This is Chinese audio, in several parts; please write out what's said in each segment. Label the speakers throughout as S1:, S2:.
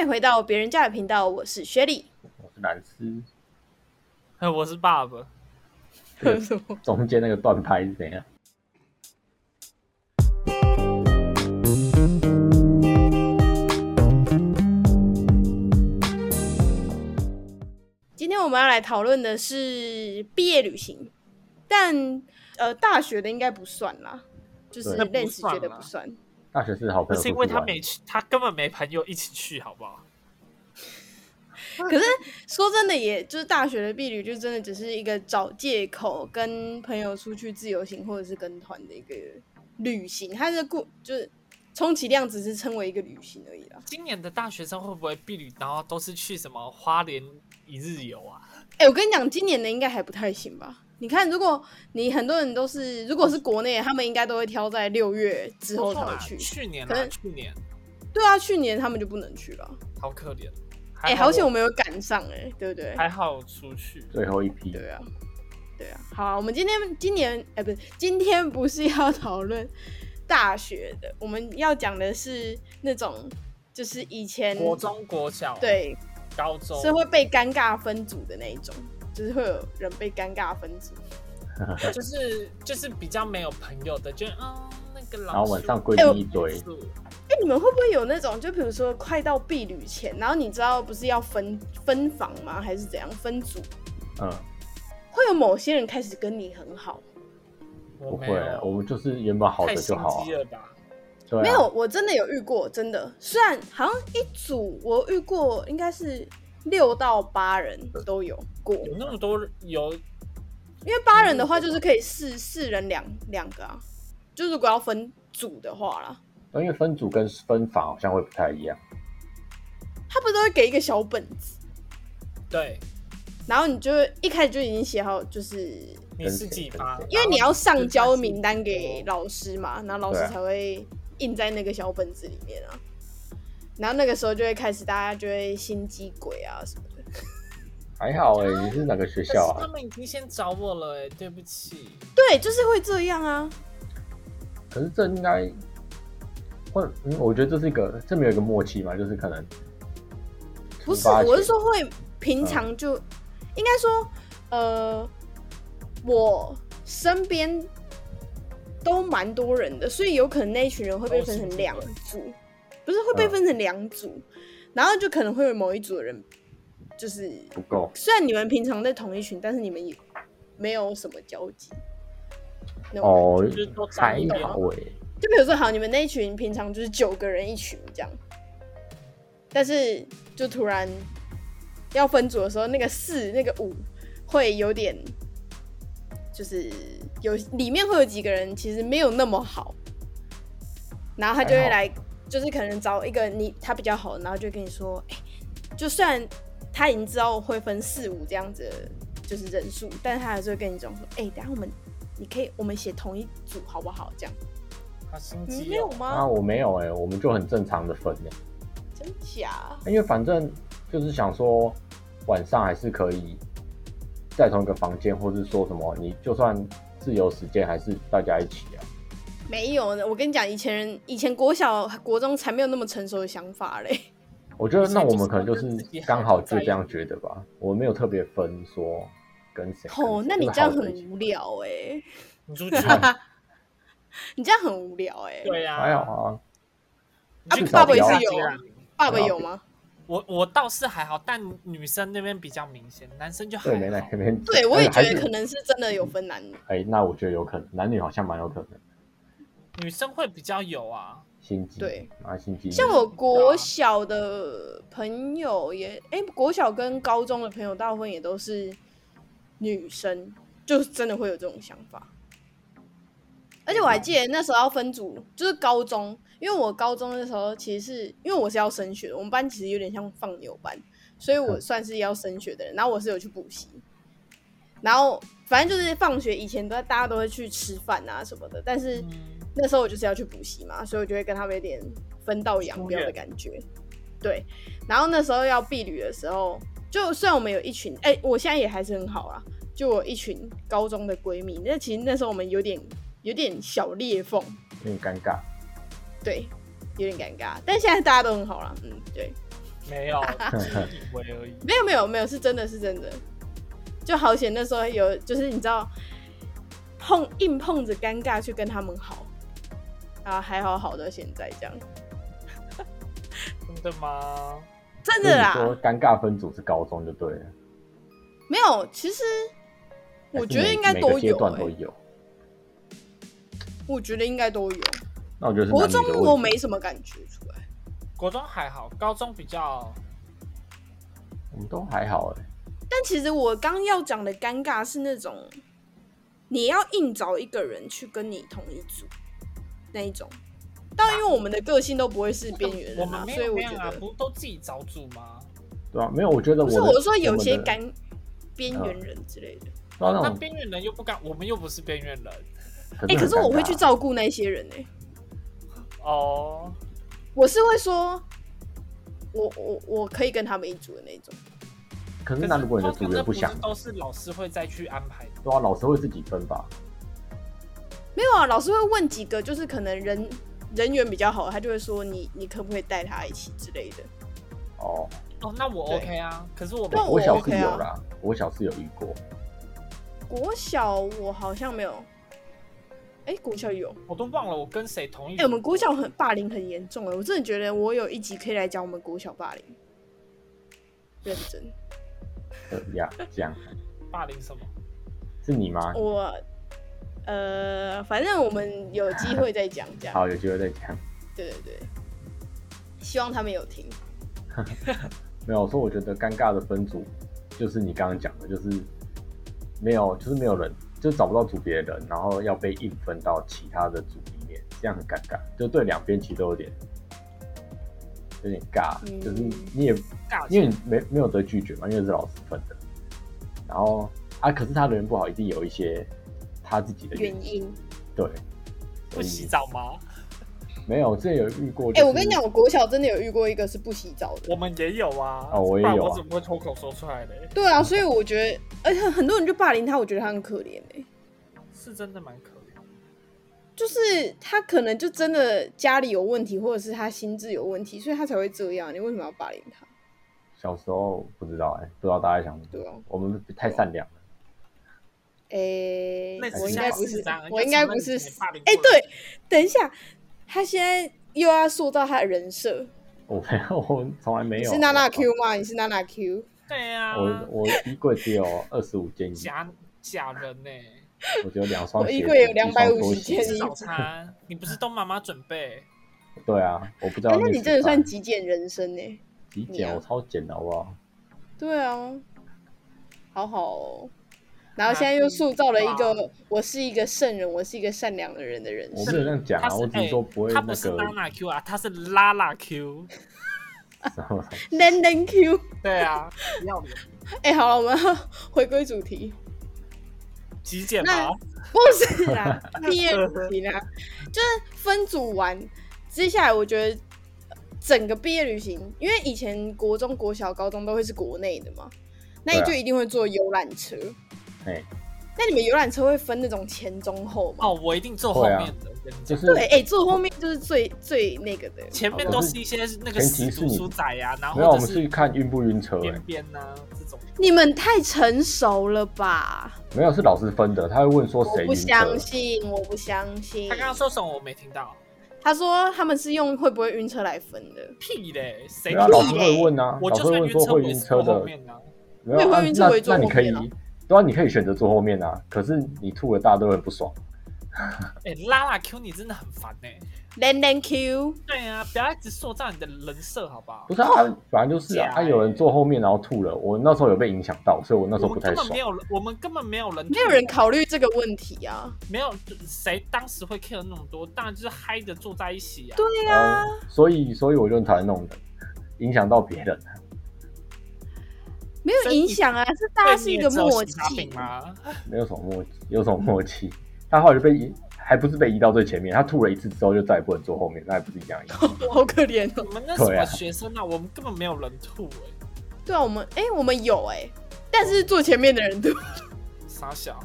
S1: 迎回到别人家的频道，我是雪莉。
S2: 我是蓝斯，
S3: 呃我是爸爸。
S2: 对
S1: 什么？
S2: 中间那个断拍是怎样？
S1: 今天我们要来讨论的是毕业旅行，但呃，大学的应该不算啦，就是
S2: 对
S3: 那不
S1: Lens 觉
S3: 算
S1: 得
S3: 啦
S1: 不算。
S2: 大学是好朋友
S3: 那
S2: 出
S3: 是
S2: 去
S3: 因为
S2: 玩，
S3: 他没去，他根本没朋友一起去，好不好？
S1: 可是说真的也，就是大学的毕旅，就真的只是一个找借口跟朋友出去自由行，或者是跟团的一个旅行。它是故就是充其量只是称为一个旅行而已啦。
S3: 今年的大学生会不会避旅，然后都是去什么花莲一日游啊？
S1: 哎、我跟你讲，今年的应该还不太行吧？你看，如果你很多人都是，如果是国内，他们应该都会挑在六月之后才
S3: 啊
S1: 会去。
S3: 去年
S1: 可
S3: 啊，
S1: 能
S3: 去年
S1: 对啊，去年他们就不能去了。
S3: 好可怜。
S1: 哎、
S3: 还
S1: 好险
S3: 我
S1: 我们有赶上、哎，对不对？
S3: 还好我出去。
S2: 最后一批，
S1: 对啊，对啊。好啊我们今天今年哎、不是今天不是要讨论大学的，我们要讲的是那种就是以前
S3: 国中、国小、
S1: 嗯对
S3: 高中
S1: 是会被尴尬分组的那一种，就是会有人被尴尬分组。
S3: 就是就是比较没有朋友的，就嗯那个老师。
S2: 然后晚上规
S1: 哎我
S2: 定一堆，
S1: 哎、你们会不会有那种，就比如说快到避旅前，然后你知道不是要分分房吗？还是怎样分组？
S2: 嗯，
S1: 会有某些人开始跟你很好，
S3: 我
S2: 不
S3: 没
S2: 会啊，我
S3: 有，
S2: 们就是原本好的
S3: 太
S2: 就
S3: 心
S2: 好啊
S3: 机，了吧？
S2: 对啊，
S1: 没有，我真的有遇过，真的。虽然好像一组我遇过，应该是六到八人都有过，
S3: 有那么多有
S1: 因为八人的话就是可以四四人两两个啊，就如果要分组的话啦，
S2: 因为分组跟分房好像会不太一样，
S1: 他不是都会给一个小本子，
S3: 对，
S1: 然后你就一开始就已经写好，就是
S3: 你是几发？
S2: 跟谁跟谁
S1: 因为你要上交名
S3: 然
S1: 单
S3: 后
S1: 给老师嘛，然后老师才会印在那个小本子里面啊。然后那个时候就会开始，大家就会心机鬼啊什么的。
S2: 还好哎、
S1: 哦
S2: 你是哪个学
S3: 可
S2: 校
S3: 是他
S2: 啊？
S3: 们已经先找我了、哎，对不起。
S1: 对，就是会这样啊。
S2: 可是这应该，会，嗯，我觉得这是一个，这没有一个默契嘛，就是可能
S1: 不是，
S2: 出发前
S1: 我是说会平常就、应该说，呃，我身边都蛮多人的，所以有可能那一群人会被分成两组，不是会被分成两组，然后就可能会有某一组的人，就是
S2: 不够，
S1: 虽然你们平常在同一群，但是你们也没有什么交集。那种感觉
S2: 哦
S3: 就是都，长
S2: 还
S3: 一点
S2: 好哎、
S1: 就比如说，好，你们那一群平常就是九个人一群这样，但是就突然要分组的时候，那个四、那个五会有点，就是有里面会有几个人其实没有那么好，然后他就会
S2: 还好
S1: 来，就是可能找一个你他比较好的，然后就跟你说，哎、就算他已经知道会分四五这样子的就是人数，但他还是会跟你讲说，哎、等一下我们你可以我们写同一组好不好？这样。
S3: 好心
S1: 你
S3: 机、哦
S1: 嗯没有
S2: 啊，
S1: 吗？
S2: 我没有哎、我们就很正常的分哎、
S1: 真假？
S2: 因为反正就是想说晚上还是可以在同一个房间，或是说什么，你就算自由时间还是大家一起啊。
S1: 没有呢，我跟你讲，以前人以前国小、国中才没有那么成熟的想法嘞。
S2: 我觉得那
S3: 所以
S2: 我
S3: 就是
S2: 们可能就是刚好就这样觉得吧，我没有特别分说跟谁。
S1: 哦，
S2: 跟谁
S1: 那你这样
S2: 就是
S1: 很
S2: 好的一起
S1: 无聊哎、
S3: 你出去哦
S1: 你这样很无聊哎、
S3: 对呀、
S2: 还好啊，
S3: 你去
S2: 至少
S3: 看
S2: 不要
S3: 一下
S1: 有
S3: 这样
S1: 爸
S2: 啊
S1: 爸有吗？
S3: 我我倒是还好，但女生那边比较明显，男生就还
S2: 对，
S3: 好。
S2: 没来那边。
S1: 对，我也觉
S2: 还是
S1: 得可。能是真的有分男女。
S2: 哎、那我觉得有可能，男女好像蛮有可能
S3: 女生会比较有啊，
S2: 心机。
S1: 对
S2: 啊，心机。
S1: 像我国小的朋友也，哎、国小跟高中的朋友大部分也都是女生，就是真的会有这种想法。而且我还记得那时候要分组，就是高中，因为我高中的时候其实是因为我是要升学的，我们班其实有点像放牛班，所以我算是要升学的人。然后我是有去补习，然后反正就是放学以前都大家都会去吃饭啊什么的，但是
S3: 嗯，
S1: 那时候我就是要去补习嘛，所以我就会跟他们有点分道扬镳的感觉。对，然后那时候要避旅的时候，就虽然我们有一群，哎、我现在也还是很好啦，就我一群高中的闺蜜，那其实那时候我们有点有点小裂缝，
S2: 有点尴尬。
S1: 对，有点尴尬，但现在大家都很好啦，嗯，对。
S3: 没 有，只是以为而已。
S1: 没有没有没有，是真的是真的，就好险那时候有，就是你知道碰硬碰着尴尬去跟他们好，啊还好好到现在这样，
S3: 真的吗？
S1: 真
S2: 所以
S1: 的
S2: 你
S1: 啦，
S2: 说尴尬分组是高中就对了，
S1: 没有，其实我觉
S2: 还
S1: 得
S2: 是
S1: 应该
S2: 每
S1: 都
S2: 每个阶
S1: 有、
S2: 段都
S1: 欸，
S2: 有。
S1: 我觉得应该都有，
S2: 那我觉得是
S1: 国
S2: 男女
S1: 中
S2: 的
S1: 我
S2: 问题。
S1: 没什么感觉出来。
S3: 国中还好，高中比较
S2: 我们都还好哎、
S1: 但其实我刚要讲的尴尬是那种，你要硬找一个人去跟你同一组那一种。但因为我们的个性都不会是边缘
S3: 我
S1: 人
S3: 们
S1: 嘛，
S3: 没
S1: 所以
S3: 有
S1: 我
S3: 没
S1: 觉
S3: 有啊，
S1: 得
S3: 不都自己找组吗？
S2: 对啊，没有，我觉得我
S1: 不
S2: 的
S1: 是我是说有些
S2: 我们的
S1: 干边缘人之类的。
S2: 对啊那
S3: 那
S2: 种，
S3: 边缘人又不敢，我们又不是边缘人
S1: 哎、
S2: 很
S1: 可是我会去
S2: 尴尬
S1: 照顾那些人哎、
S3: 哦。
S1: 我是会说，我我我可以跟他们一组的那种。
S2: 可
S3: 可
S2: 是那如果你的组
S3: 通
S2: 员
S3: 常
S2: 不想
S3: 这，都是老师会再去安排的。
S2: 对啊，老师会自己分吧？
S1: 没有啊，老师会问几个，就是可能人人缘比较好，他就会说你你可不可以带他一起之类的。
S2: 哦，
S3: 哦，那我
S1: 对
S3: OK 啊，可是我
S1: 那
S2: 对，
S1: 我
S2: 我小
S1: OK
S2: 是
S1: 啊
S2: 有啦，我小是有遇过，
S1: 国小我好像没有，哎、国小有，
S3: 我都忘了我跟谁同一
S1: 哎、
S3: 组。
S1: 我们国小很霸凌很严重哎，我真的觉得我有一集可以来讲我们国小霸凌，认真，
S2: 呃呀，这样
S3: 霸凌什么？
S2: 是你吗？
S1: 我呃，反正我们有机会再讲这样，
S2: 好，有机会再讲。
S1: 对对对，希望他们有听，
S2: 没有，说我觉得尴尬的分组就是你刚刚讲的，就是没有，就是没有人，就是找不到组别的人，然后要被硬分到其他的组里面，这样很尴尬，就对两边其实都有点有点尬，
S1: 嗯
S2: 就是你也
S3: 尬
S2: 因为你没没有得拒绝嘛，因为是老师分的，然后啊，可是他人不好，一定有一些他自己的
S1: 原
S2: 原因，
S1: 因。
S2: 对，
S3: 不
S2: 所
S3: 洗
S2: 以
S3: 澡吗？
S2: 没有，之前有遇过、
S1: 哎、
S2: 就是，
S1: 我跟你讲，我国小真的有遇过一个是不洗澡的
S3: 我，们也有啊。
S2: 哦我也
S3: 不然
S2: 有啊
S3: 我怎么会脱口说出来的？
S1: 对啊，所以我觉得，而且很多人就霸凌他，我觉得他很可怜哎、
S3: 是真的蛮可怜的。
S1: 就是他可能就真的家里有问题，或者是他心智有问题，所以他才会这样。你为什么要霸凌他？
S2: 小时候不知道哎、不知道大家想什
S1: 对
S2: 么，
S1: 啊
S2: 我们太善良了。
S1: 诶、
S3: 那是
S1: 我应该不
S3: 现在是
S1: 是
S3: 这样，
S1: 我应该不
S3: 就是承认你被霸凌。
S1: 哎、对，等一下，他现在又要塑造他的人设。
S2: 我没有，我从来没
S1: 你
S2: 有。
S1: 是娜娜 Q 吗？你是娜娜 Q？
S3: 对呀，
S2: 我我衣柜只有二十五件衣服，
S3: 假假人呢、
S2: 我只有两双
S1: 我
S2: 鞋子。
S1: 衣柜有
S2: 一双
S1: 250
S2: 拖鞋
S1: 件
S3: 吃
S1: 衣服
S3: 早 餐，你不是都妈妈准备？
S2: 对啊，我不知道
S1: 哎、
S2: 吃饭。
S1: 那你真的算极简人生呢、
S2: 极
S1: 你啊
S2: 简？我超简的好不好？
S1: 对啊，好好、哦。然后现在又塑造了一个我是一个圣人，我是一个善良的人的人
S2: 我
S1: 设。
S2: 没有这样讲
S3: 他
S2: 啊，
S3: 是
S2: 我只是说不会
S3: 他
S2: 那
S3: 不
S2: 个
S3: 是拉拉 Q 啊，他是拉拉 Q。
S2: 什么。
S1: 人人 Q。
S3: 对啊，不要脸，
S1: 哎、好了，我们 要回归主题，
S3: 极简吗？
S1: 不是 啦，毕业旅行啦，就是分组完。接下来我觉得呃整个毕业旅行，因为以前国中、国小、高中都会是国内的嘛，那你
S2: 对啊
S1: 就一定会坐游览车。
S2: 哎，
S1: 那你们游览车会分那种前中后吗？
S3: 哦，我一定坐
S2: 啊
S3: 后面的，跟你
S2: 就
S3: 讲
S2: 是
S1: 对，哎、坐后面就是最最那个的。
S3: 前面都是一些那个
S2: 前
S3: 死
S2: 提是
S3: 读
S2: 你
S3: 书仔呀、啊，然后
S2: 没有，我们
S3: 就是
S2: 去看晕不晕车哎
S3: 边，边呐这种。
S1: 你们太成熟了吧？
S2: 没有是老师分的，他会问说
S1: 我
S2: 谁
S1: 不
S2: 晕
S1: 相
S2: 车，
S1: 信，我不相信。
S3: 他刚刚说什么我没听到？
S1: 他说他们是用会不会晕车来分的。
S3: 屁嘞，
S2: 没
S3: 谁知
S2: 有啊
S3: 道？
S2: 老师会问啊，
S3: 我
S2: 老
S3: 就
S2: 师会
S3: 算
S2: 问说会
S3: 晕车，我也
S2: 晕
S3: 是
S2: 车
S3: 坐后
S2: 的，
S3: 面呢、
S2: 没有
S1: 我也
S2: 啊
S1: 会晕车
S2: 那
S1: 我也坐
S2: 那你
S1: 后
S2: 可以
S1: 面啊，
S2: 对啊，你可以选择坐后面啊，可是你吐了，大家都很不爽。
S3: 哎、拉拉 Q 你真的很烦呢、
S1: Len Len Q，
S3: 对啊，不要一直塑造你的人设好不好
S2: 不？是啊，反正就是啊，
S3: 假
S2: 啊
S3: 欸
S2: 有人坐后面然后吐了，我那时候有被影响到，所以我那时
S3: 我
S2: 候
S3: 们
S2: 不太
S3: 根本
S2: 爽
S3: 没。有人，我们根本没有人，
S1: 没有人考虑这个问题啊。
S3: 没有谁当时会 care 那么多，当然就是嗨着坐在一起啊。
S1: 对呀、
S2: 嗯，所以所以我就很讨厌那种人，影响到别人。
S1: 没有影响啊，是大家是一个默契。
S3: 对你也只有喜茶饼啊吗？
S2: 没有什么默契，有什么默契？他后来就被移，还不是被移到最前面，他吐了一次之后就再也不能坐后面，那也不是一样意 思。
S1: 我好可怜哦。
S3: 你们那什
S2: 对
S3: 么
S2: 啊
S3: 学生啊？我们根本没有人吐哎、
S1: 对啊，我们哎、我们有哎、但是坐前面的人吐，
S3: 傻小。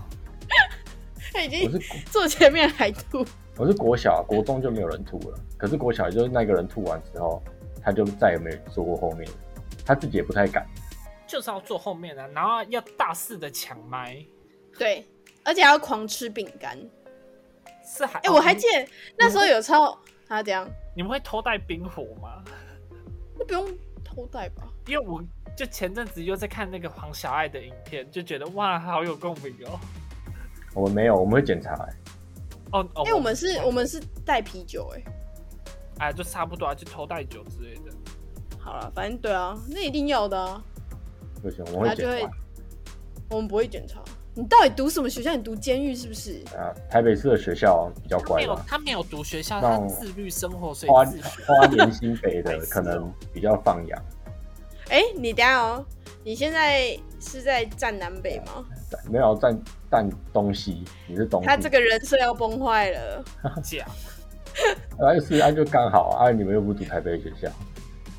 S1: 他 已
S2: 我
S1: 经
S2: 是
S1: 坐前面还吐。
S2: 我是国小、国中就没有人吐了，可是国小就是那个人吐完之后，他就再也没有坐过后面了。他自己也不太敢。
S3: 就是要坐后面的、然后要大肆的抢麦，
S1: 对，而且还要狂吃饼干。
S3: 是还哎
S1: 哎、我还记
S3: 得
S1: 得那时候有超他怎样，
S3: 你们会偷带冰火吗？
S1: 那不用偷带吧？
S3: 因为我就前阵子又在看那个黄小爱的影片，就觉得哇，好有共鸣哦。
S2: 我们没有，我们会检查、欸
S3: 哦哦，
S1: 哎、我们是，我们是带啤酒、哎，
S3: 哎，就差不多啊，就偷带酒之类的。
S1: 好了，反正对啊，那一定要的啊，
S2: 不行，我们会检
S1: 他就
S2: 查。
S1: 我们不会检查。你到底读什么学校？你读监狱是不是？
S2: 啊，台北市的学校比较
S3: 他没
S2: 乖
S3: 有，
S1: 哦
S2: 吧，
S3: 他没有读学校，
S2: 那
S3: 他
S2: 我
S3: 自律生活，所
S2: 花
S3: 以自学。
S2: 花莲新北 的
S3: 白痴哦
S2: 可能比较放养。
S1: 哎、你等一下哦，你现在是在站南北吗？
S2: 没有占占东西，你是
S3: 哦
S2: 东西，
S1: 他这个人设要崩坏了。
S3: 假
S2: 啊就是啊就刚好啊，你们又不读台北学校，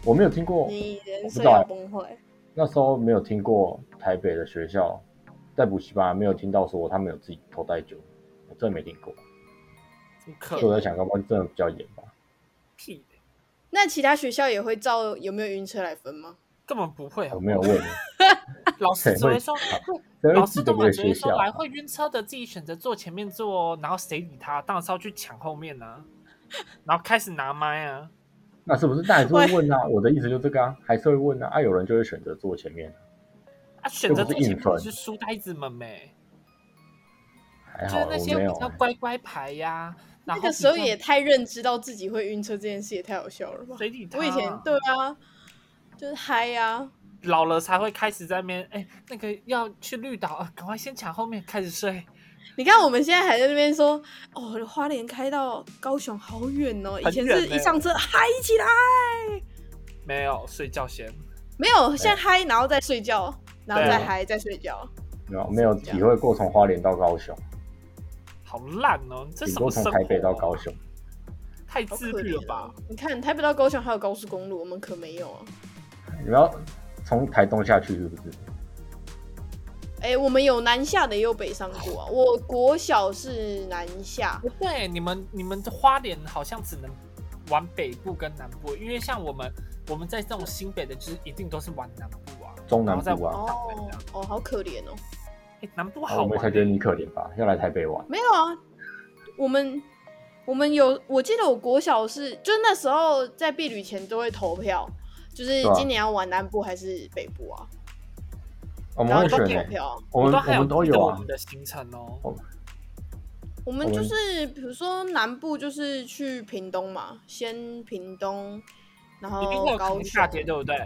S2: 我没有听过，
S1: 你人
S2: 不
S1: 设
S2: 知道
S1: 要
S2: 欸
S1: 崩坏，
S2: 那时候没有听过台北的学校在补习班没有听到说他们有自己偷带酒，我真的没听过，
S3: 怎么可
S2: 所以我
S3: 能
S2: 在想，搞不好真的比较严吧。
S3: 屁的？
S1: 那其他学校也会照有没有晕车来分吗？
S3: 根本不会啊
S2: 我！没有问，
S3: 老师只会
S2: 谁
S3: 说，
S2: 谁
S3: 老
S2: 会
S3: 师
S2: 记
S3: 跟
S2: 得
S3: 我
S2: 别的
S3: 只会
S2: 学
S3: 说，
S2: 校？
S3: 来会晕车的自己选择坐前面坐哦，然后谁理他？当然是要去抢后面啊，然后开始拿麦啊。
S2: 那是不是？那还是会问啊。我的意思就是这个啊，还是会问啊。啊，有人就会选择坐前面，
S3: 啊，选择
S2: 又不
S3: 坐
S2: 是
S3: 前
S2: 硬
S3: 面
S2: 分
S3: 的是书呆子们没、
S2: 还
S3: 就
S2: 好
S3: 是
S2: 我
S3: 那些
S2: 没有
S3: 比较。乖乖牌呀、
S1: 那
S3: 然后
S1: 个时候
S3: 比较
S1: 也太认知到自己会晕车这件事，也太好笑了吧？
S3: 谁理他啊？
S1: 我以前对啊，就是嗨呀、啊，
S3: 老了才会开始在那边，哎、那个要去绿岛 啊，赶快先抢后面开始睡。
S1: 你看我们现在还在那边说，哦，花莲开到高雄好远哦，以
S3: 很
S1: 前
S3: 远欸
S1: 是
S3: 呢
S1: 一上车嗨起来，
S3: 没有睡觉先，
S1: 没有，现在嗨然后再睡觉，然后
S3: 对
S1: 再
S3: 啊
S1: 嗨再睡觉，
S2: 没有没有体会过从花莲到高雄，
S3: 好烂哦！这
S2: 顶
S3: 什
S2: 多
S3: 么
S2: 从
S3: 生活、啊
S2: 台北到高，雄。
S3: 太
S1: 好
S3: 自
S1: 可
S3: 律
S1: 怜哦
S3: 了吧？？
S1: 你看台北到高雄还有高速公路，我们可没有啊。
S2: 你们要从台东下去是不是？
S1: 哎、我们有南下的，也有北上过啊。我国小是南下，
S3: 不会，你们你们的花莲好像只能玩北部跟南部，因为像我们我们在这种新北的，就是一定都是玩南部啊，
S2: 中南
S3: 然
S2: 部
S3: 后再
S2: 啊
S3: 往，
S1: 哦
S3: 南北这样。
S1: 哦，好可怜哦。
S3: 哎、南部
S2: 啊
S3: 好
S2: 我们
S3: 玩、
S2: 才觉得你可怜吧，要来台北玩。
S1: 没有啊，我们我们有，我记得我国小是，就是那时候在避旅前都会投票，就是
S2: 对啊
S1: 今年要玩南部还是北部啊，
S2: 我
S1: 然
S2: 们
S1: 后
S2: 会
S1: 就
S2: 选
S1: 投
S2: 欸，
S1: 票。啊
S2: 我们
S3: 都
S2: 我
S3: 还有
S2: 们都
S3: 记得
S2: 有
S3: 我
S2: 啊
S3: 们，的行程哦。
S1: 我们
S2: 我
S1: 就
S2: 们
S1: 是比如说南部就是去屏东嘛，先屏东，然
S2: 哦
S3: 一定
S1: 后
S3: 会有
S1: 高雄
S3: 肯定大街，对不对？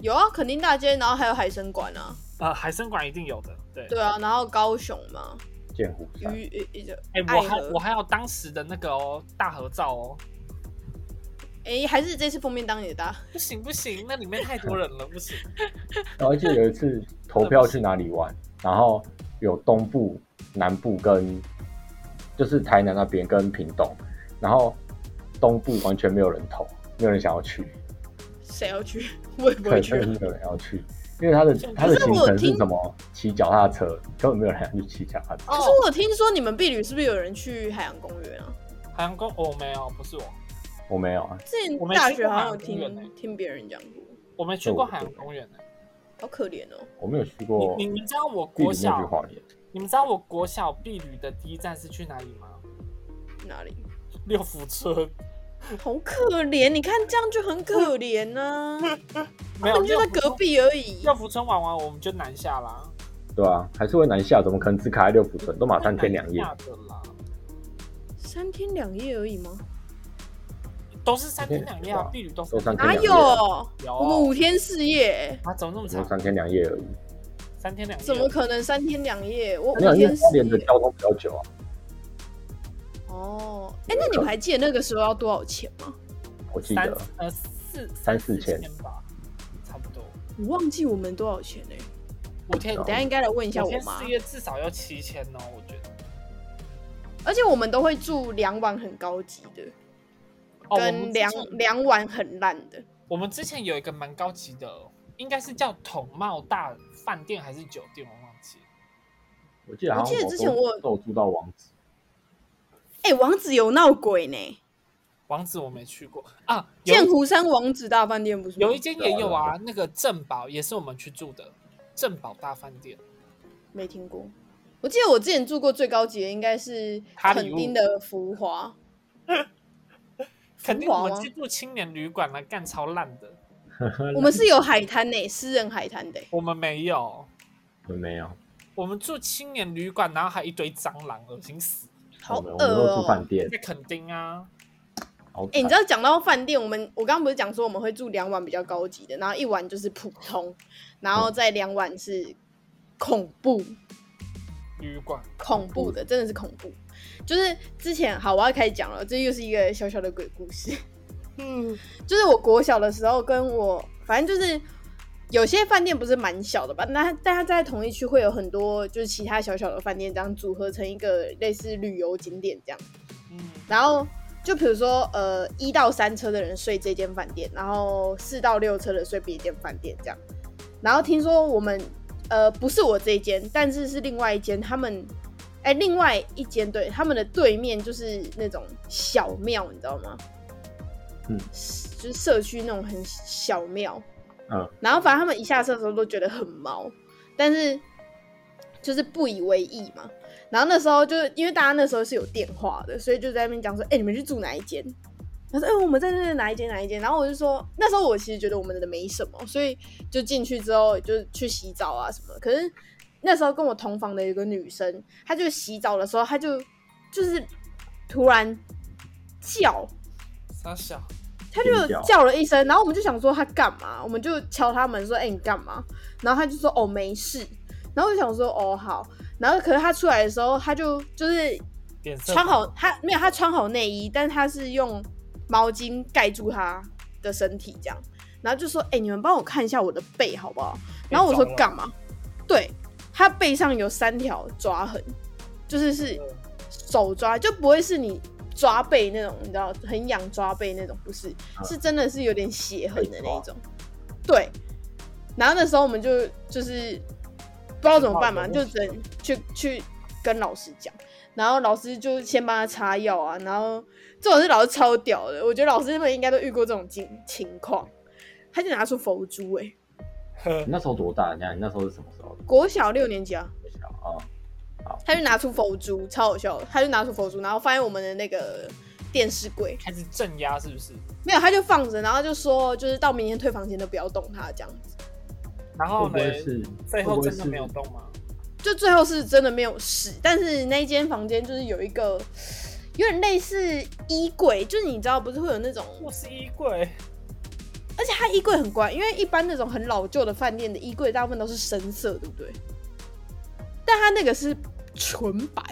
S1: 有啊，垦丁大街，然后还有海参馆啊，
S3: 呃，海参馆一定有的，对。
S1: 对啊，然后高雄嘛，
S2: 剑湖山。
S1: 鱼鱼鱼
S3: 哎、
S1: 爱
S3: 我还
S1: 河
S3: 我还有当时的那个哦大合照哦，
S1: 哎、还是这次封面当你的大，
S3: 不行不行，那里面太多人了，不行。
S2: 然后记得有一次投票去哪里玩，然后有东部、南部跟就是台南那边跟屏东，然后东部完全没有人投，没有人想要去，
S1: 谁要去？ 我也不
S2: 对，
S1: 会
S2: 真
S1: 去
S2: 的
S1: 啊
S2: 是。没有人要去，因为他的他的行程是什么？骑脚踏车，根本没有人要去骑脚踏
S3: 哦
S2: 车。
S1: 可是我有听说你们避旅是不是有人去海洋公园啊？
S3: 海洋公哦没有，不是我，
S2: 我没有啊，
S1: 之前
S3: 我没去过
S1: 大学好像有
S3: 海洋公园欸
S1: 听听别人讲过，
S3: 我没去过海洋公园呢、
S1: 好可怜哦。
S2: 哦我没有去过
S3: 你你们知道我
S2: 地理
S3: 国
S2: 面去
S3: 小，
S2: 花莲，
S3: 你们知道我国小避旅的第一站是去哪里吗？
S1: 哪里？
S3: 六福村，
S1: 好可怜！你看这样就很可怜呢、啊，
S3: 没
S1: 他
S3: 有
S1: 们就在隔。壁而已。
S3: 六福村六福村玩完，我们就南下啦，
S2: 对啊，还是会南下，怎么可能只卡在六福村？都马三天两夜
S3: 南，下的啦，
S1: 三天两夜而已吗？
S3: 都是三天两夜啊
S2: 对，啊
S3: 避旅都是
S2: 都三天
S1: 哪
S2: 两夜
S1: 有？
S3: 有
S1: 我们五天四夜，
S3: 哦
S1: 欸
S3: 啊？怎么那么
S2: 只有
S3: 长？
S2: 三天两夜而已。
S3: 三天两夜？
S1: 怎么可能三天两夜？我五
S2: 没有，因为
S1: 天
S2: 花
S1: 四
S2: 莲的
S1: 夜。
S2: 交通比较久啊，
S1: 哦，哎、那你们还记得那个时候要多少钱吗？
S2: 我记
S3: 三
S2: 得。
S3: 呃四
S2: 三四
S3: 千
S2: 千
S3: 吧，差不多。
S1: 我忘记我们多少钱嘞、
S3: 五天
S2: 哦
S1: 我等一下应该来问一下
S3: 五
S1: 我
S3: 天
S1: 妈
S3: 四。夜至少要七千哦，我觉得。
S1: 而且我们都会住两晚很高级的，
S3: 哦，我
S1: 跟
S3: 们之
S1: 两
S3: 前
S1: 两晚很烂的。
S3: 我们之前有一个蛮高级的，应该是叫统茂大饭店还是酒店，我忘记了。
S2: 我记得好像
S1: 我记得之前我
S2: 都有住到王子，
S1: 哎、王子有闹鬼呢，
S3: 王子我没去过啊，有
S1: 剑湖山王子大饭店不是吗
S3: 有一间也有啊，那个镇宝也是我们去住的，镇宝大饭店。
S1: 没听过。我记得我之前住过最高级的应该是
S3: 哈利
S1: 垦
S3: 屋
S1: 丁的福华，
S3: 肯定
S1: 华
S3: 我
S1: 吗
S3: 去住青年旅馆了，干超烂的。
S1: 我们是有海滩呢、私人海滩的欸、
S3: 我们没有，
S2: 我没有，
S3: 我们住青年旅馆，然后还一堆蟑螂，恶心死。
S1: 好
S2: 我们
S1: 恶
S2: 我们都住
S1: 哦、
S2: 饭店，
S3: 在垦丁啊，
S2: 好
S1: 哎、
S2: 惨
S1: 你知道讲到饭店，我们我刚刚不是讲说我们会住两晚比较高级的，然后一晚就是普通，然后再两晚是恐怖
S3: 旅馆
S1: 恐怖的，真的是恐怖。就是之前好，我要开始讲了，这又是一个小小的鬼故事。
S3: 嗯，
S1: 就是我国小的时候，跟我反正就是有些饭店不是蛮小的吧，那但它在同一区会有很多就是其他小小的饭店，这样组合成一个类似旅游景点这样。
S3: 嗯，
S1: 然后就比如说，呃，一到三车的人睡这间饭店，然后四到六车的睡别间饭店这样。然后听说我们，呃，不是我这一间，但是是另外一间，他们，哎、另外一间对，他们的对面就是那种小庙，你知道吗？
S2: 嗯，
S1: 就是社区那种很小庙。
S2: 嗯，
S1: 然后反正他们一下车的时候都觉得很毛，但是就是不以为意嘛。然后那时候就是因为大家那时候是有电话的，所以就在那边讲说：“哎、你们去住哪一间？”他说：“哎、我们在那哪一间哪一间。”然后我就说，那时候我其实觉得我们的没什么，所以就进去之后就去洗澡啊什么的。可是那时候跟我同房的有一个女生，她就洗澡的时候，她就就是突然叫，
S3: 傻小，
S1: 他就
S2: 尖叫
S1: 叫了一声，然后我们就想说他干嘛，我们就敲他门说：“哎、你干嘛？”然后他就说：“哦，没事。”然后我就想说：“哦，好。”然后可是他出来的时候，他就就是
S3: 脸色
S1: 穿好他没有他穿好内衣，但是他是用毛巾盖住他的身体这样，然后就说：“哎、你们帮我看一下我的背好不好？”然后我说：“
S3: 被抓
S1: 干嘛？”对他背上有三条抓痕，就是是
S3: 嗯
S1: 手抓，就不会是你抓背那种，你知道很痒抓背那种，不是，
S2: 嗯
S1: 是真的是有点血痕的那一种。对，然后那时候我们就就是不知道怎么办嘛，
S3: 知
S1: 就
S3: 道有
S1: 只能去去跟老师讲，然后老师就先帮他擦药啊，然后这种是老师超屌的，我觉得老师们应该都遇过这种情情况，他就拿出佛珠、欸，
S3: 呵
S2: 你那时候多大？你看你那时候是什么时候？
S1: 国小六年级啊，
S2: 我想啊，
S1: 他就拿出佛珠，超好笑的，他就拿出佛珠，然后放在我们的那个电视柜，
S3: 开始镇压是不是？
S1: 没有，他就放着，然后就说就是到明天退房前都不要动它这样子。
S3: 然
S2: 会
S3: 后
S2: 不
S3: 呢，
S2: 会是
S3: 哦最
S2: 会
S3: 后
S2: 不会
S3: 真的
S2: 是
S3: 没有动吗？
S1: 就最后是真的没有事，但是那一间房间就是有一个有点类似衣柜，就是你知道不是会有那种，
S3: 我是衣柜，
S1: 而且它衣柜很怪，因为一般那种很老旧的饭店的衣柜大部分都是深色，对不对？但它那个是纯白，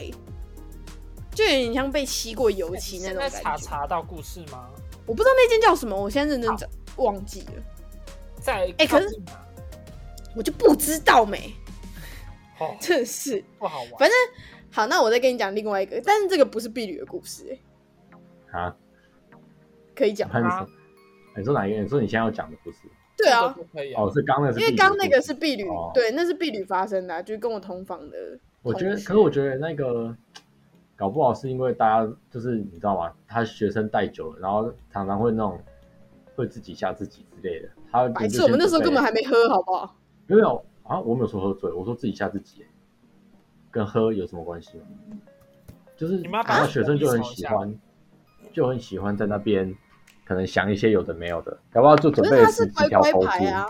S1: 就有点像被吸过油漆那
S3: 哎现
S1: 种
S3: 在
S1: 感
S3: 查
S1: 觉。
S3: 查到故事吗？
S1: 我不知道那间叫什么，我现在认真找忘记了，
S3: 在
S1: 哎可是
S3: 靠近哪
S1: 我就不知道没，
S3: 哦，
S1: 真的是。
S3: 不好玩。
S1: 反正好，那我再跟你讲另外一个，但是这个不是婢女的故事、欸，
S2: 啊？
S1: 可以讲吗。
S2: 那你
S3: 啊
S2: 说，哎你说哪一个？你说你现在要讲的不是？
S1: 对啊
S3: 这，个不可以啊
S2: 哦，，是刚那个是
S1: 因为
S2: 避
S1: 刚
S2: 免
S1: 那
S2: 不
S1: 个是婢女，
S2: 哦
S1: 对，那是婢女发生的啊、就是跟我同房的。
S2: 我觉得，
S1: 同学
S2: 可是我觉得那个搞不好是因为大家就是你知道吗？他学生带久了，然后常常会那种会自己吓自己之类的。他
S1: 白痴，我们那时候根本还没喝，好不好？
S2: 没有啊，我没有说喝醉，我说自己吓自己，欸跟喝有什么关系吗？就是
S3: 你妈把
S2: 然后
S3: 他
S2: 学生就很喜欢，就很喜欢在那边可能想一些有的没有的，搞不好就
S1: 可
S2: 准备
S1: 是
S2: 了
S1: 他是
S2: 十几
S1: 乖
S2: 条
S1: 乖
S2: 头
S1: 牌
S2: 猪，
S1: 啊，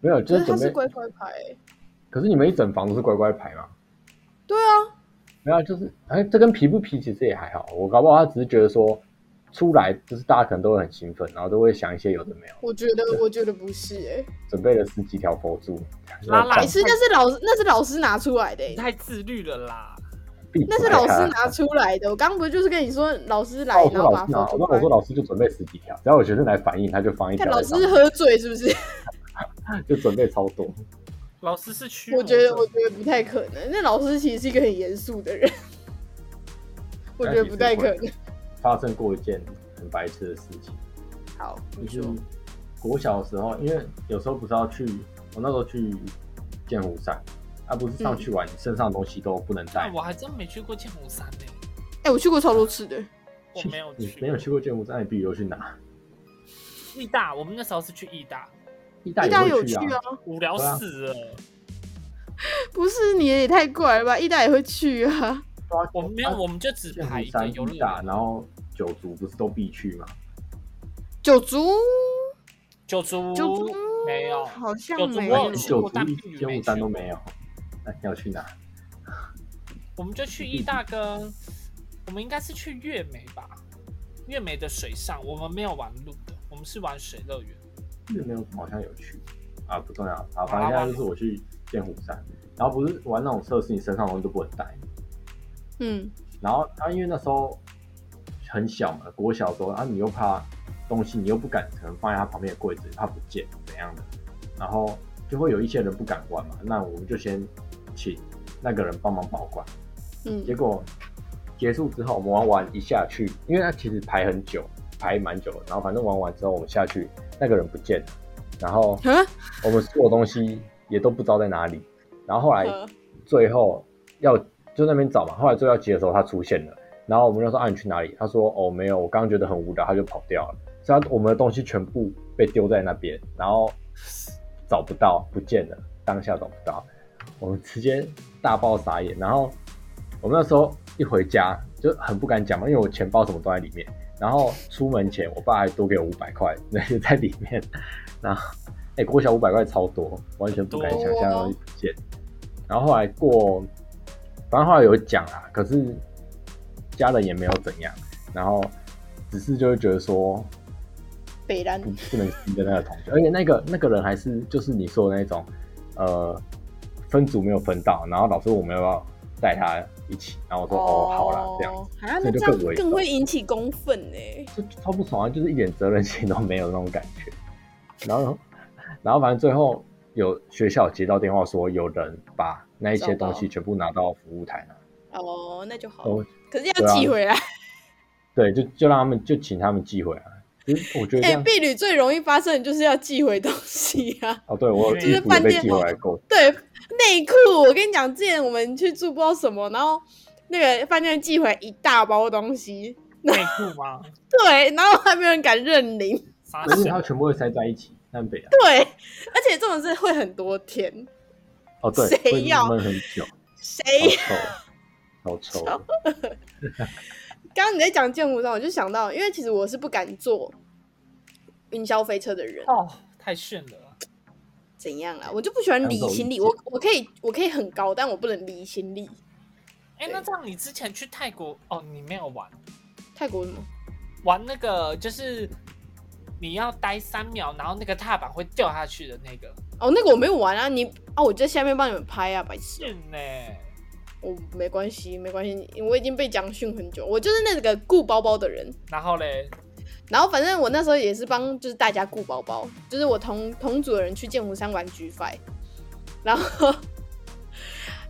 S2: 没有，就
S1: 可是
S2: 是
S1: 他
S2: 准
S1: 是
S2: 备。
S1: 乖乖牌、欸。
S2: 可是你们一整房都是乖乖牌嘛？
S1: 对啊，
S2: 没有，就是哎，这跟皮不皮其实也还好。我搞不好他只是觉得说，出来就是大家可能都会很兴奋，然后都会想一些有的没有，
S1: 我觉得，我觉得不是、欸，
S2: 准备了十几条佛珠，
S3: 拉拉
S1: 哎，白痴，那是老师，那是老师拿出来的、欸，
S3: 你太自律了啦。
S2: 闭嘴
S1: 那是老师
S2: 啊
S1: 拿出来的。我刚不是就是跟你说，老师来
S2: 那哦
S1: 然后
S2: 我，说老
S1: 把
S2: 师拿，
S1: 佛珠
S2: 那我
S1: 放
S2: 说。老师就准备十几条，只要有学生来反应，他就放一条
S1: 看
S2: 在
S1: 老
S2: 上
S1: 师
S2: 面，
S1: 喝醉是不 是？
S2: 就准备超多。
S3: 老师是驱魔
S1: 我
S3: 者，
S1: 觉得，我觉得不太可能。那老师其实是一个很严肃的人，我觉得不太可能。
S2: 发生过一件很白痴的事情，
S1: 好，你
S2: 就
S1: 说
S2: 是国小的时候，因为有时候不是要去，我那时候去剑湖山，啊，不是上
S1: 嗯
S2: 去
S1: 哦
S2: 玩，你身上的东西都不能带
S3: 那。我还真没去过剑湖山呢。
S1: 哎、我去过超多次的，
S3: 我没有
S2: 你
S3: 去，
S2: 没有去过剑湖山，那你必须要去哪？
S3: 义大，我们那时候是去义大，
S2: 义大
S1: 义大
S2: 也
S1: 有
S2: 会
S1: 去
S2: 啊，
S1: 啊，
S3: 无聊
S2: 对啊
S3: 死了。
S1: 不是你也太怪了吧？义大也会去啊，
S2: 对啊
S3: 我们没有，
S2: 啊
S3: 我们就只
S2: 剑
S3: 排
S2: 湖
S3: 一个
S2: 山、
S3: 游乐
S2: 义大，
S3: 园。
S2: 然后九族不是都必去吗？
S1: 九族
S3: 九族
S1: 九族
S3: 没有，
S1: 好像
S3: 九族
S1: 没
S3: 我
S1: 有
S3: 有，去
S2: 九
S3: 过
S2: 族
S3: 但
S2: 一
S3: 避雨
S2: 剑
S3: 没
S2: 湖山
S3: 去
S2: 都
S3: 过
S2: 没有，那你要去哪？
S3: 我们就去义大跟，我们应该是去月美吧？月美的水上，我们没有玩路的，我们是玩水乐 园。
S2: 有没有好像有去啊，不重要啊，反正现在就是我去剑湖山，然后不是玩那种测试，你身上的东西都不能带。
S1: 嗯，
S2: 然后他、啊因为那时候很小嘛，国小的时候，啊，你又怕东西，你又不敢可能放在他旁边的柜子，怕不见怎样的，然后就会有一些人不敢玩嘛，那我们就先请那个人帮忙保管。
S1: 嗯
S2: 结果结束之后，我们玩完一下去，因为他其实排很久，排蛮久的，然后反正玩完之后我们下去，那个人不见了，然后
S1: 啊，
S2: 我们所有东西也都不知道在哪里，然后后来
S1: 呃
S2: 最后要就那边找嘛，后来最后要急的时候他出现了，然后我们就说啊你去哪里？他说哦没有，我刚刚觉得很无聊，他就跑掉了。所以他我们的东西全部被丢在那边，然后找不到，不见了，当下找不到，我们直接大爆傻眼。然后我们那时候一回家就很不敢讲嘛，因为我钱包什么都在里面。然后出门前，我爸还多给我五百块，那些在里面。然后，哎、国小五百块超多，完全不敢想象要不见。然后后来过，反正后来有讲啊，可是家人也没有怎样，然后只是就会觉得说
S1: 北兰
S2: 不不能跟那个同学，而且那个那个人还是就是你说的那种，呃，分组没有分到，然后老师问我们要不要带他一起，然后我说哦好啦，这样子。
S1: 啊，那
S2: 这就
S1: 这
S2: 更
S1: 样
S2: 危
S1: 更
S2: 险
S1: 会引起公愤欸呢、
S2: 就超不爽啊，就是一点责任心都没有那种感觉。然后，然后反正最后有学校接到电话说有人把那一些东西全部拿到服务台了，
S1: 哦，那就好，
S2: 哦
S1: 可是
S2: 对啊
S1: 要寄回来。
S2: 对，就就让他们就请他们寄回来。其实我觉得这
S1: 哎、
S2: 样，
S1: 婢女最容易发生的就是要寄回东西啊。
S2: 哦，对我有
S3: 就
S2: 衣服
S3: 是
S2: 也被
S1: 饭店
S2: 寄回来过，
S1: 对，内裤，我跟你讲，之前我们去住不知道什么，然后那个饭店寄回来一大包东西，
S3: 内裤吗？
S1: 对，然后还没有人敢认领，
S3: 傻
S2: 因为
S3: 小
S2: 它全部会塞在一起。南北啊，
S1: 对，而且这种是会很多天，
S2: 哦对，
S1: 谁
S2: 会
S1: 要
S2: 闷很久，
S1: 谁？
S2: 哦好臭，好臭。
S1: 刚刚你在讲剑湖山，我就想到，因为其实我是不敢坐云霄飞车的人，
S3: 哦，太炫了！
S1: 怎样啊啦？我就不喜欢
S2: 两
S1: 离
S2: 种
S1: 行
S2: 意
S1: 李，
S2: 见
S1: 我我可以我可以很高，但我不能离行李。
S3: 哎、那这样你之前去泰国哦，你没有玩
S1: 泰国什么？
S3: 玩那个，就是你要待三秒，然后那个踏板会掉下去的那个，
S1: 哦，那个我没有玩啊，你啊，我在下面帮你们拍啊，白痴哦、
S3: 是呢、
S1: 我没关系，没关系，我已经被讲训很久，我就是那个顾包包的人。
S3: 然后嘞，
S1: 然后反正我那时候也是帮就是大家顾包包，就是我同同组的人去剑湖山玩 G f 然后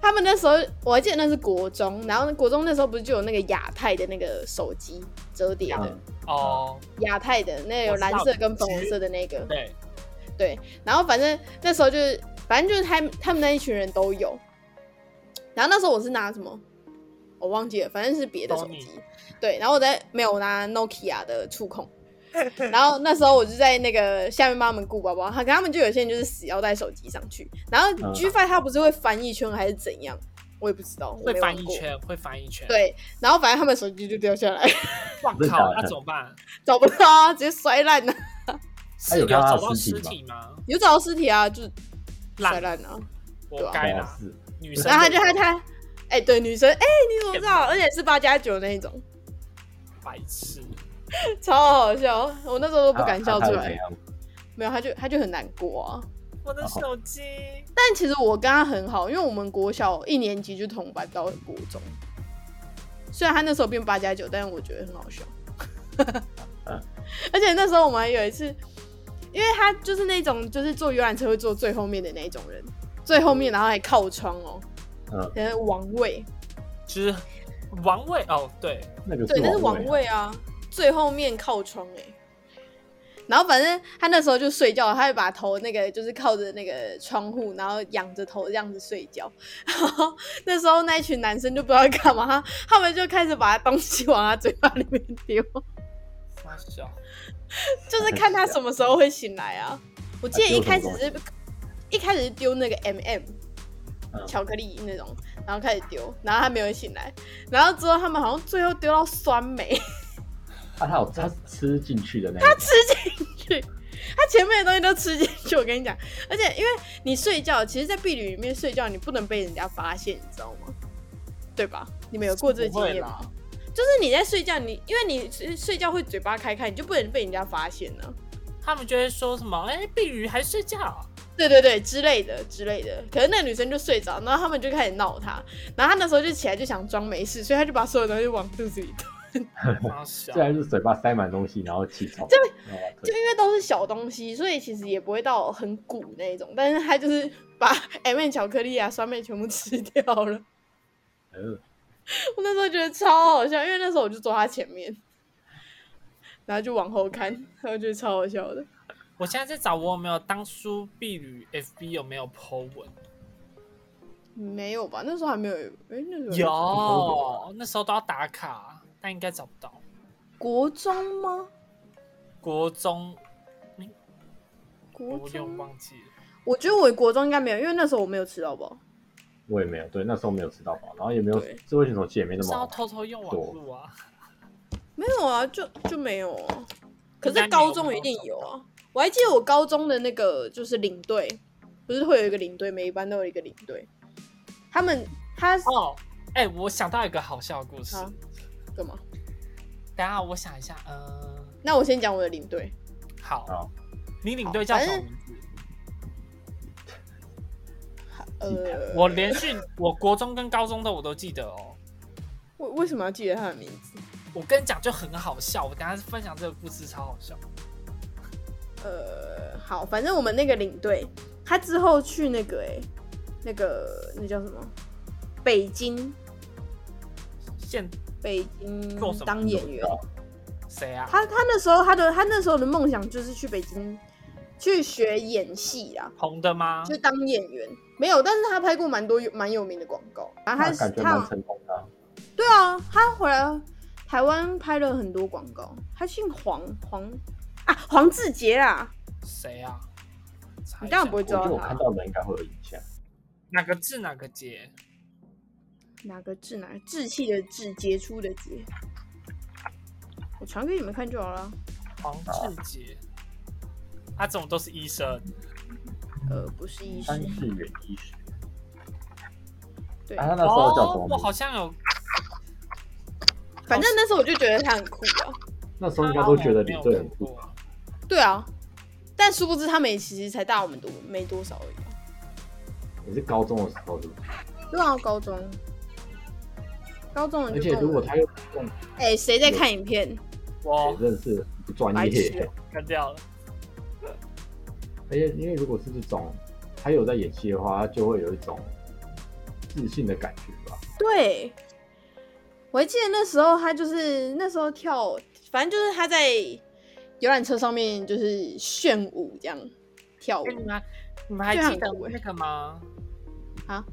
S1: 他们那时候我还记得那是国中，然后国中那时候不是就有那个亚太的那个手机折叠的
S2: 嗯
S3: 哦，
S1: 亚太的那有蓝色跟粉红色的那个，
S3: 对，
S1: 对，然后反正那时候就是，反正就是他们他们那一群人都有。然后那时候我是拿什么，我忘记了，反正是别的手机
S3: Sony。
S1: 对，然后我在没有我拿 Nokia 的触控。然后那时候我就在那个下面帮他们顾包包，他跟他们就有些人就是死要带手机上去，然后
S2: 嗯
S1: G f i 它不是会翻一圈还是怎样，我也不知道，我
S3: 会
S1: 没
S3: 翻
S1: 玩
S3: 一
S1: 过。
S3: 圈，会翻一圈。，
S1: 对，然后反正他们手机就掉下来，
S3: 哇
S2: 真的假
S3: 靠，
S2: 的
S3: 那怎么办？
S1: 找不到啊，直接摔烂了、
S2: 哎
S3: 是
S2: 有
S3: 有
S2: 看到他
S3: 找
S2: 的
S3: 到
S2: 尸
S3: 尸
S2: 体吗
S3: 体吗？
S1: 有找到尸体啊，就是摔
S3: 烂，
S1: 烂了、啊。
S3: 我该
S2: 好
S3: 啦。
S2: 是
S3: 女生，
S1: 然后他就他他，哎、对，女生，哎、你怎么知道？而且是八加九那一种，
S3: 白痴，
S1: 超好笑，我那时候都不敢
S2: 啊
S1: 笑
S2: 啊
S1: 出
S2: 他有
S1: 来。
S2: 怎样
S1: 没有，他就他就很难过啊。
S3: 我的手机。
S1: 但其实我跟他很好，因为我们国小一年级就同班到国中。虽然他那时候变八加九，但是我觉得很 好笑。
S2: 嗯
S1: 而且那时候我们还有一次，因为他就是那种就是坐游览车会坐最后面的那一种人，最后面然后还靠窗哦，
S2: 嗯，
S1: 然后王位，
S3: 就是王位哦，对，
S2: 那个
S1: 对，那是
S2: 王
S1: 王位啊，最后面靠窗哎、欸然后反正他那时候就睡觉，他会把头那个就是靠着那个窗户，然后仰着头这样子睡觉。 然后那时候那一群男生就不知道在干嘛，他他们就开始把东西往他嘴巴里面丢，
S3: 发笑，
S1: 就是看他什么时候会醒来啊。我记得一开始是一开始是丢那个 M、MM, M。
S2: 嗯
S1: 巧克力那种，然后开始丢，然后他没有醒来，然后之后他们好像最后丢到酸梅，
S2: 啊，他有他是吃进去的那一种，
S1: 去，他前面的东西都吃进去。我跟你讲，而且因为你睡觉，其实，在避旅里面睡觉，你不能被人家发现，你知道吗？对吧？你们有过这个
S3: 不
S1: 经
S3: 会
S1: 验吗？
S3: 啦，
S1: 就是你在睡觉，你因为你睡睡觉会嘴巴开开，你就不能被人家发现呢、
S3: 他们就会说什么，哎、碧宇还睡觉，
S1: 对对对，之类的之类的。可是那个女生就睡着，然后他们就开始闹她，然后她那时候就起来就想装没事，所以她就把所有东西往肚子里吞。
S3: 发笑
S2: 虽，然是嘴巴塞满东西，然后起床，然后把它
S1: 就因为都是小东西，所以其实也不会到很鼓那一种，但是她就是把 M、M 巧克力啊、酸梅全部吃掉了。
S2: 呃
S1: 我那时候觉得超好笑，因为那时候我就坐他前面，然后就往后看，然后觉得超好笑的。
S3: 我现在在找我有没有当初碧宇 FB 有没有 po 文，
S1: 嗯没有吧？那时候还没有，哎、那时候
S3: 有，哦那时候都要打卡，但应该找不到。
S1: 国中吗？
S3: 国中，
S1: 国
S3: 我有点
S1: 中，
S3: 忘记了，
S1: 我觉得我国中应该没有，因为那时候我没有吃到饱。
S2: 我也没有，对，那时候没有吃到饱，然后也没有
S1: 对
S2: 智慧型手机也没那
S3: 就是
S2: 么
S3: 要
S2: 好
S3: 偷偷用网络啊。
S1: 没有啊，就就没有啊。可
S3: 应该
S1: 是
S3: 没有
S1: 高中一定有啊！我还记得我高中的那个就是领队，不是会有一个领队，每一班都有一个领队。他们他
S3: 哦，哎、我想到一个好笑的故事，
S1: 啊干嘛？
S3: 等一下我想一下，嗯、
S1: 那我先讲我的领队，
S3: 好，
S2: 好
S3: 你领队叫什么名字？
S1: 呃，
S3: 我连续，我国中跟高中的我都记得哦。
S1: 为为什么要记得他的名字？
S3: 我跟你讲就很好笑，我等一下分享这个故事超好笑。
S1: 呃，好，反正我们那个领队，他之后去那个哎、那个那叫什么？北京，
S3: 现
S1: 北京
S3: 做什么
S1: 当演员。
S2: 啊
S3: 谁啊？
S1: 他他那时候他的他那时候的梦想就是去北京去学演戏啦，
S3: 红的吗
S1: 就？是当演员。没有，但是他拍过蛮多有蛮有名的广告。然后他
S2: 那感觉蛮
S1: 他
S2: 成功的啊。
S1: 对啊，他回来台湾拍了很多广告。他姓黄黄啊，黄志杰啦，
S3: 谁啊？查
S1: 你
S3: 一
S1: 当
S3: 下
S1: 然不会
S2: 我
S1: 知
S2: 觉
S1: 道
S2: 得我
S1: 他
S2: 看到的应该会有影响。
S3: 哪个字哪个节？
S1: 哪个志哪个志气的志，杰出的杰。我传给你们看就好了。
S3: 黄
S2: 啊
S3: 志杰。他这种都是医生，
S1: 呃，不是医
S2: 三
S1: 师，
S2: 是远医师，
S1: 对，哦
S2: 啊，他那时候叫什么
S3: 哦我
S2: 名
S3: 好
S2: 字？
S3: 像有
S1: 反正那时候我就觉得他很酷啊。
S2: 那时候应该都觉得领队很酷。
S3: 过。
S1: 对啊，但殊不知他们也其实才大我们多没多少而已啊。
S2: 也是高中的时候，是不是？
S1: 对啊，高中，高中人
S2: 而
S1: 就
S2: 且
S1: 跟我
S2: 如果他又用
S1: 哎，谁在看影片？
S3: 我
S2: 认识不专
S1: 白
S2: 业
S1: 痴，
S3: 干掉了。
S2: 而且因为如果是这种他有在演戏的话，他就会有一种自信的感觉吧。
S1: 对，我还记得那时候他就是那时候跳，反正就是他在游览车上面就是炫舞这样跳舞
S3: 哎。你们你们还
S1: 这样
S3: 记得
S1: 很酷欸
S3: 那个吗？
S1: 啊？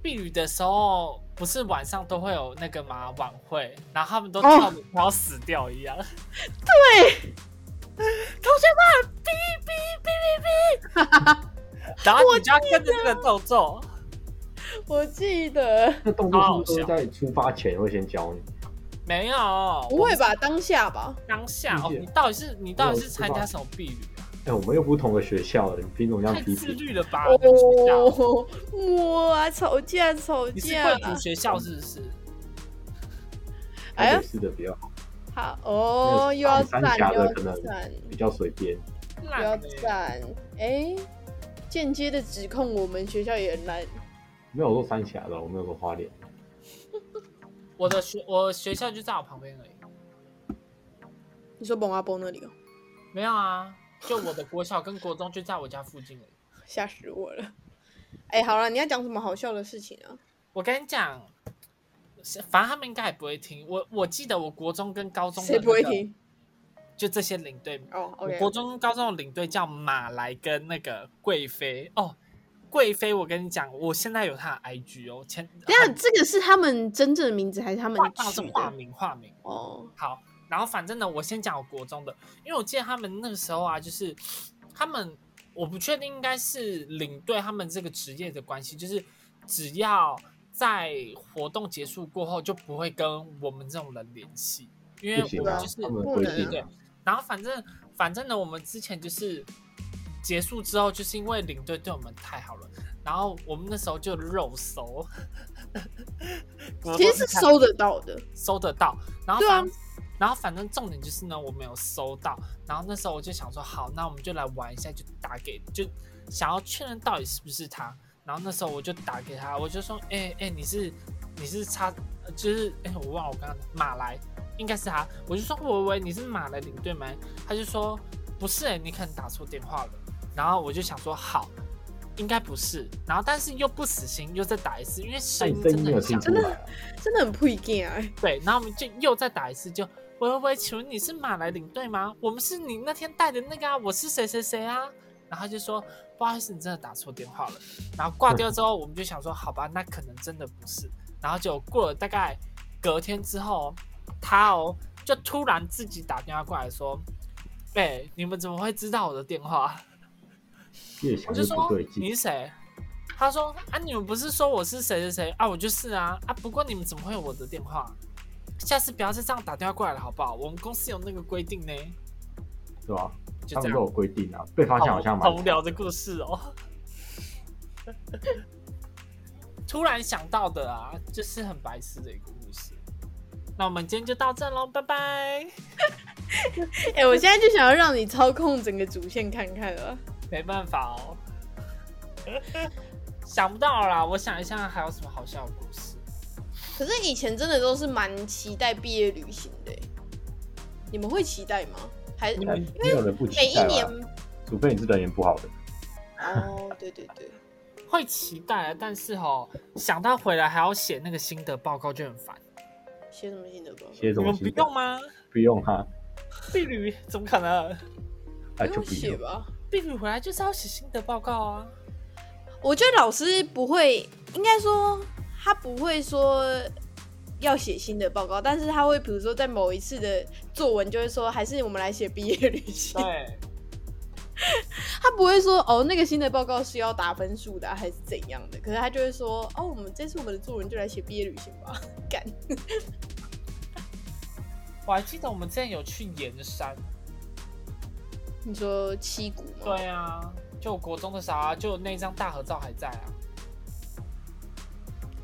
S3: 避雨的时候不是晚上都会有那个吗？晚会，然后他们都
S1: 哦
S3: 跳的要死掉一样。
S1: 对，
S3: 同学们，哔哔哔哔哔。然后你就要跟着这个动作，
S1: 我记得
S2: 那动作是不是都会在出发前会先教你？
S3: 没有，
S1: 不会吧？当下吧？
S3: 当下哦，
S2: 理解
S3: 你到底是你到底是参加什么避雨啊？
S2: 哎、我们又不同的学校了，你凭什么这
S3: 太
S2: 样批
S3: 自
S2: 评？
S3: 律了吧？你们学校
S1: 哦，哇，吵架吵
S3: 你是
S1: 架
S3: 贵，族学校是不是？
S1: 哎呀
S2: 台
S3: 哎
S2: 北，市的比较好，
S1: 好哦，又要
S2: 三
S1: 赞
S2: 峡
S1: 又
S2: 的
S1: 要
S2: 可能
S1: 赞
S2: 比较随便。
S1: 又
S3: 烂
S1: 要
S3: 欸
S1: 赞，哎，间接的指控我们学校也很烂。
S2: 没有说三峡的，我没有说花莲。
S3: 我的学我学校就在我旁边而已。
S1: 你说蒙阿波那里哦，
S3: 没有啊，就我的国小跟国中就在我家附近而已。
S1: 吓死我了。哎，好了，你要讲什么好笑的事情啊？
S3: 我跟你讲，是反正他们应该也不会听。我我记得我国中跟高中的、
S1: 谁不会？听？
S3: 就这些领队。
S1: 哦
S3: 我
S1: ，OK，
S3: 国中、高中的领队叫马来跟那个贵妃哦，贵妃，我跟你讲，我现在有她的 IG 哦，前
S1: 等一下这个是他们真正的名字还是他们
S3: 化化是
S1: 取
S3: 化
S1: 的？
S3: 名化名
S1: 哦，
S3: 好，然后反正呢，我先讲我国中的，因为我记得他们那个时候啊，就是他们我不确定应该是领队他们这个职业的关系，就是只要在活动结束过后就不会跟我们这种人联系，因为
S2: 不行
S3: 我
S2: 啊
S3: 们就是，
S2: 他们
S1: 不
S2: 规
S1: 能
S2: 定
S3: 对
S2: 啊，
S3: 然后反正反正呢，我们之前就是结束之后，就是因为领队对我们太好了，然后我们那时候就肉搜， 国
S1: 其
S3: 中
S1: 实是
S3: 看
S1: 收得到的。
S3: 搜得到，然后
S1: 对啊
S3: 反然后反正重点就是呢，我没有搜到，然后那时候我就想说，好，那我们就来玩一下，就打给，就想要确认到底是不是他。然后那时候我就打给他，我就说，哎、哎、你是你是叉，呃就是哎、我忘了我刚刚马来应该是他，我就说喂喂，你是马来领队吗？他就说不是、哎，你可能打错电话了。然后我就想说好。应该不是，然后但是又不死心，又再打一次，因为声
S2: 但你声音
S3: 音真
S2: 没
S3: 的
S2: 有
S3: 很
S2: 听
S3: 像
S2: 出来啊，
S1: 真的很不一定啊！
S3: 对，然后我们就又再打一次就，喂喂喂，请问你是马来领队吗？我们是你那天带的那个啊，我是谁谁谁啊？然后他就说不好意思，你真的打错电话了。然后挂掉之后，我们就想说好吧，那可能真的不是。然后就过了大概隔天之后，他哦就突然自己打电话过来说，哎、你们怎么会知道我的电话？
S2: 越想
S3: 我就
S2: 越不
S3: 说
S2: 对
S3: 你
S2: 劲。
S3: 是谁？他说啊，你们不是说我是谁谁谁啊？我就是啊啊！不过你们怎么会有我的电话？下次不要再这样打电话过来了，好不好？我们公司有那个规定呢，
S2: 对吧？
S3: 就
S2: 他
S3: 这
S2: 们都有
S3: 样。
S2: 规定啊，被发现好像蛮
S3: 好无聊的故事哦。 突然想到的啊，就是很白痴的一个故事。那我们今天就到这喽，拜拜。
S1: 哎、我现在就想要让你操控整个主线看看啊了。
S3: 没办法哦， 想不到啦。我想一下还有什么好笑的故事。
S1: 可是以前真的都是蛮期待毕业旅行的欸，你们会期待吗？还
S3: 你
S2: 但
S3: 们
S2: 没有人不
S1: 每
S2: 期
S1: 一
S2: 待
S1: 年
S2: 吧？？除非你是人缘不好的，
S1: 哦，对对对，
S3: 会期待，但是哦，想到回来还要写那个心得报告就很烦。
S1: 写什么新的歌？
S2: 写什么
S3: 你们不
S2: 心得
S3: 用吗？
S2: 不用哈，
S3: 避旅怎么可能？
S1: 不
S2: 哎就
S1: 用
S2: 不
S1: 写
S2: 用。
S1: 吧。
S3: 避旅回来就是要写心得报告啊。
S1: 我觉得老师不会，应该说他不会说要写新的报告，但是他会比如说在某一次的作文就会说，还是我们来写毕业旅行。
S3: 对，
S1: 他不会说哦，那个新的报告是要打分数的啊、还是怎样的？可是他就会说哦，我们这次我们的作文就来写毕业旅行吧。 干，
S3: 我还记得我们之前有去盐山。
S1: 你说七股吗？，
S3: 对啊，就我国中的时候、啊，就那张大合照还在啊，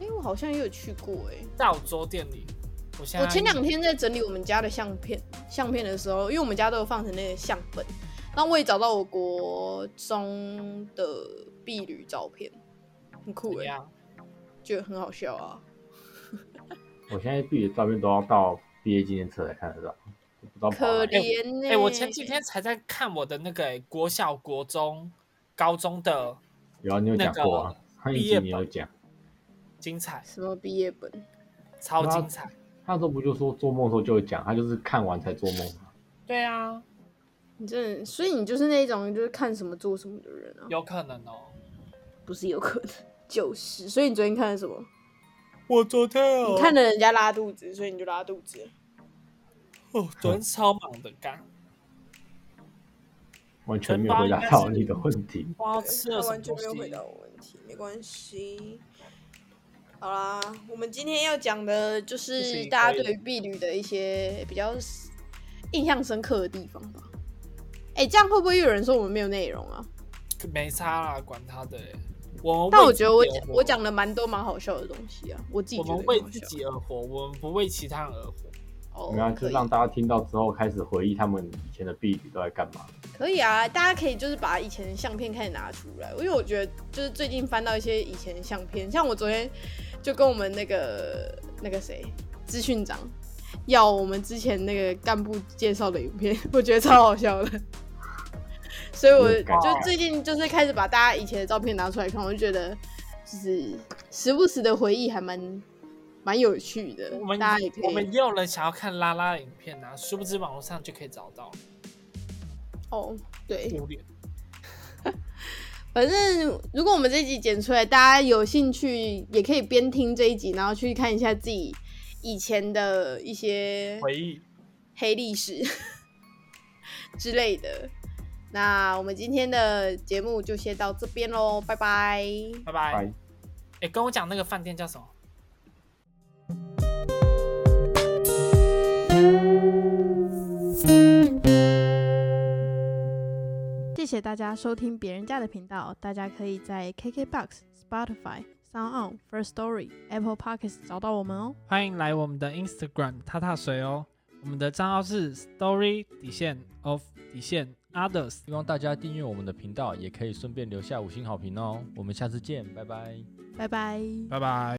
S1: 哎、我好像也有去过哎、
S3: 在我桌垫里。我现在
S1: 我前两天在整理我们家的相片，相片的时候，因为我们家都有放成那个相本，然后我也找到我国中的婢女照片，很酷
S3: 怎
S1: 哎、
S3: 样？
S1: 觉得很好笑啊。
S2: 我现在毕业照片都要到毕业纪念册才看得到，不知道跑
S1: 可
S2: 哪里
S1: 怜呢、
S3: 哎、我前几天才在看我的那个、欸、国小、国中、高中的
S2: 有啊，你有讲过啊，上一
S3: 毕
S2: 集
S3: 业本
S2: 你有讲，
S3: 精彩，
S1: 什么毕业本？
S3: 超精彩。
S2: 那时候不就说做梦的时候就会讲，他就是看完才做梦嘛。
S3: 对啊，
S1: 你真的，所以你就是那种就是看什么做什么的人啊？
S3: 有可能哦。
S1: 不是有可能，就是。所以你昨天看了什么？
S3: 我昨天哦
S1: 你看了人家拉肚子，所以你就拉肚子。
S3: 哦，昨天超忙的，干，
S2: 完全没有回答到你的问题。
S3: 不知道哦吃了
S1: 他
S3: 什么
S1: 完全
S3: 东
S1: 没有回答
S3: 西。
S1: 我问题，没关系。好啦，我们今天要讲的就
S3: 这是
S1: 是
S3: 一个
S1: 大家对于婢女的一些比较印象深刻的地方吧。哎、这样会不会又有人说我们没有内容啊？
S3: 没差啦，管他的欸。我们
S1: 但
S3: 为
S1: 我
S3: 自
S1: 觉得我
S3: 己而
S1: 讲
S3: 活
S1: 我讲了蛮多蛮好笑的东西啊，我自己
S3: 我
S1: 觉得很
S3: 们为
S1: 好
S3: 自
S1: 笑。
S3: 己而活，我们不为其他人而活。
S1: 哦
S2: 然后
S1: 可
S2: 啊就
S1: 以
S2: 让大家听到之后开始回忆他们以前的婢女都在干嘛。
S1: 可以啊，大家可以就是把以前的相片开始拿出来，因为我觉得就是最近翻到一些以前的相片，像我昨天就跟我们那个那个谁资讯长要我们之前那个干部介绍的影片， 我觉得超好笑的。所以我
S2: 有感觉
S1: 就最近就是开始把大家以前的照片拿出来看，我就觉得就是时不时的回忆还蛮蛮有趣的
S3: 我，们
S1: 大家也可
S3: 我们
S1: 以
S3: 也有人想要看拉拉的影片啊，殊不知网络上就可以找到
S1: 哦。对，
S3: 无脸。
S1: 反正如果我们这一集剪出来，大家有兴趣也可以边听这一集，然后去看一下自己以前的一些
S3: 回忆。
S1: 黑历史 之类的。那我们今天的节目就先到这边喽，拜拜。
S3: 拜拜。
S2: 拜
S3: 哎、跟我讲那个饭店叫什么？
S1: 谢谢大家收听别人家的频道，大家可以在 KKBox、Spotify、Sound On、First Story、Apple Podcasts 找到我们哦。
S3: 欢迎来我们的 Instagram 踏踏水哦。我们的账号是 Story 底线 of 底线 Others。
S4: 希望大家订阅我们的频道，也可以顺便留下五星好评哦。我们下次见，拜拜。
S1: 拜拜。
S3: 拜拜。